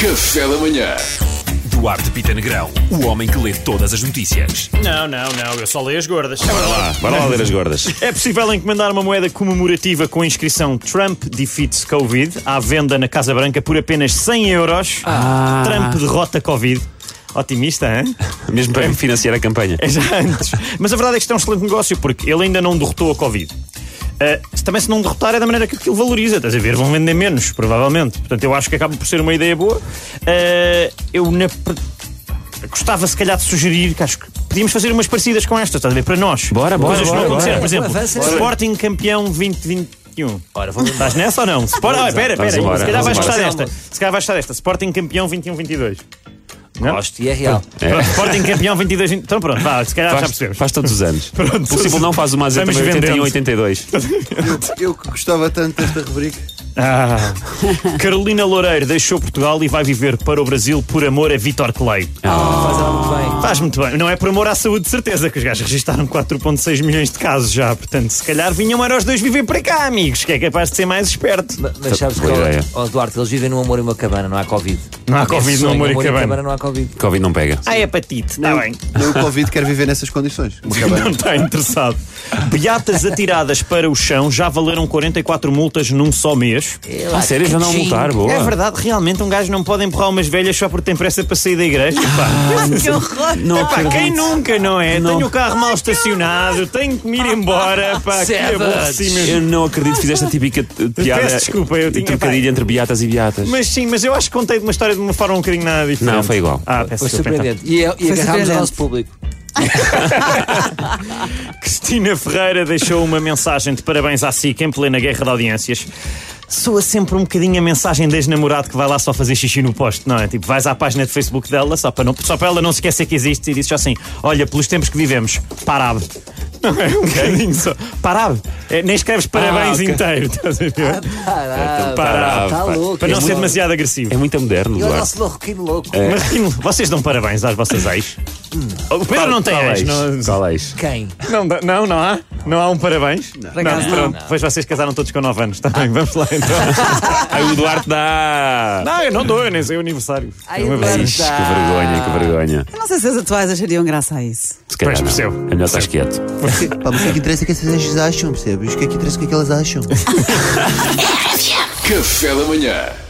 Café da Manhã. Duarte Pita Negrão, o homem que lê todas as notícias. Não, não, não, eu só leio as gordas. Ah, Bora lá ler as gordas. É possível encomendar uma moeda comemorativa com a inscrição Trump defeats Covid à venda na Casa Branca por apenas 100 euros. Ah. Trump derrota Covid. Otimista, hein? Mesmo para financiar a campanha. É já antes. Mas a verdade é que isto é um excelente negócio porque ele ainda não derrotou a Covid. Ah, se também se não derrotar é da maneira que aquilo valoriza, estás a ver? Vão vender menos, provavelmente. Portanto, eu acho que acaba por ser uma ideia boa. Ah, eu na per- gostava se calhar de sugerir que acho que podíamos fazer umas parecidas com estas, estás a ver? Para nós. Bora, bora, Coisas que bora, não bora. aconteceram. Por exemplo, Sporting campeão 2021. Ora, vamos Estás nessa ou não? Sport... Ah, espera, Vamos espera. embora, Se calhar vamos vais embora. gostar desta. Se calhar vais gostar desta. Sporting campeão 21-22. Não? Gosto e é real. Pronto, Sporting campeão 22 20. Então pronto, vá, se calhar já Faz, percebemos. faz todos os anos. Pronto. Possível não faz uma azeta Vamos também 81, vendendo. 82. Eu que gostava tanto desta rubrica. Ah. Carolina Loureiro deixou Portugal e vai viver para o Brasil por amor a Vitor Clay. Faz ela muito bem. Faz muito bem. Não é por amor à saúde, de certeza, que os gajos registaram 4,6 milhões de casos já. Portanto, se calhar vinham era os dois viver para cá, amigos, que é capaz de ser mais esperto. Ma- Mas sabes que, Boa ideia. ó, ó, Duarte, eles vivem num amor e uma cabana, não há Covid. Não há Covid Esse no sonho, amor e cabana. Não há Covid. Covid não pega. Ah, hepatite, está bem. Nem o Covid quer viver nessas condições. Uma Não cabana. está Tá interessado. Beatas atiradas para o chão já valeram 44 multas num só mês. É Ah, lá, sério, já não cachim. multar, boa. É verdade, realmente um gajo não pode empurrar umas velhas só porque tem pressa para sair da igreja. pá. Que horror! Não Pá, quem nunca, não é? Não. Tenho o carro mal estacionado, tenho que me ir embora. Pá, que Savage. aborrecimento. Eu não acredito que fizeste a típica eh, piada. Peço desculpa, eu tinha- Trocadilho entre beatas e beatas. Mas sim, mas eu acho que contei de uma história de uma forma um bocadinho nada diferente. Não, foi igual. Ah, peço Foi desculpa. então. surpreendente. E, é, e agarramos o surpreendente. nosso público. Cristina Ferreira deixou uma mensagem de parabéns à SIC em plena guerra de audiências. Soa sempre um bocadinho a mensagem de ex-namorado que vai lá só fazer xixi no poste, não é? Tipo, vais à página de Facebook dela só para, não, só para ela não se esquecer que existe e dizes assim: Olha, pelos tempos que vivemos, parab. Não é? Um bocadinho só. Parab. É, nem escreves parabéns Ah, ok. Ah, inteiro, estás a ver? Pará, pará, Está pá. louco. É, então, Para não ser é muito- demasiado agressivo. É muito moderno, E o Duarte. nosso marroquino louco. É. Mas Rino, vocês dão parabéns às vossas ex? O Pedro não tem Hum. Qual ex. és? é Não, Qual é és? Quem? não, dá- não, não há? Não há um parabéns? Por acaso não. pronto. Pois vocês casaram todos com 9 anos. Está bem, vamos lá então. Ai, o Duarte dá. não, eu não dou, eu nem sei o aniversário. Ai, É uma Eduardo. vez. Ixi, que vergonha, que vergonha. Eu não sei se as atuais achariam graça a isso. Se calhar Pois, não. percebo. É melhor estás quieto. Pá, mas o que é que interessa é que essas acham, percebes? O que é que interessa é o que é que elas acham? Café da Manhã.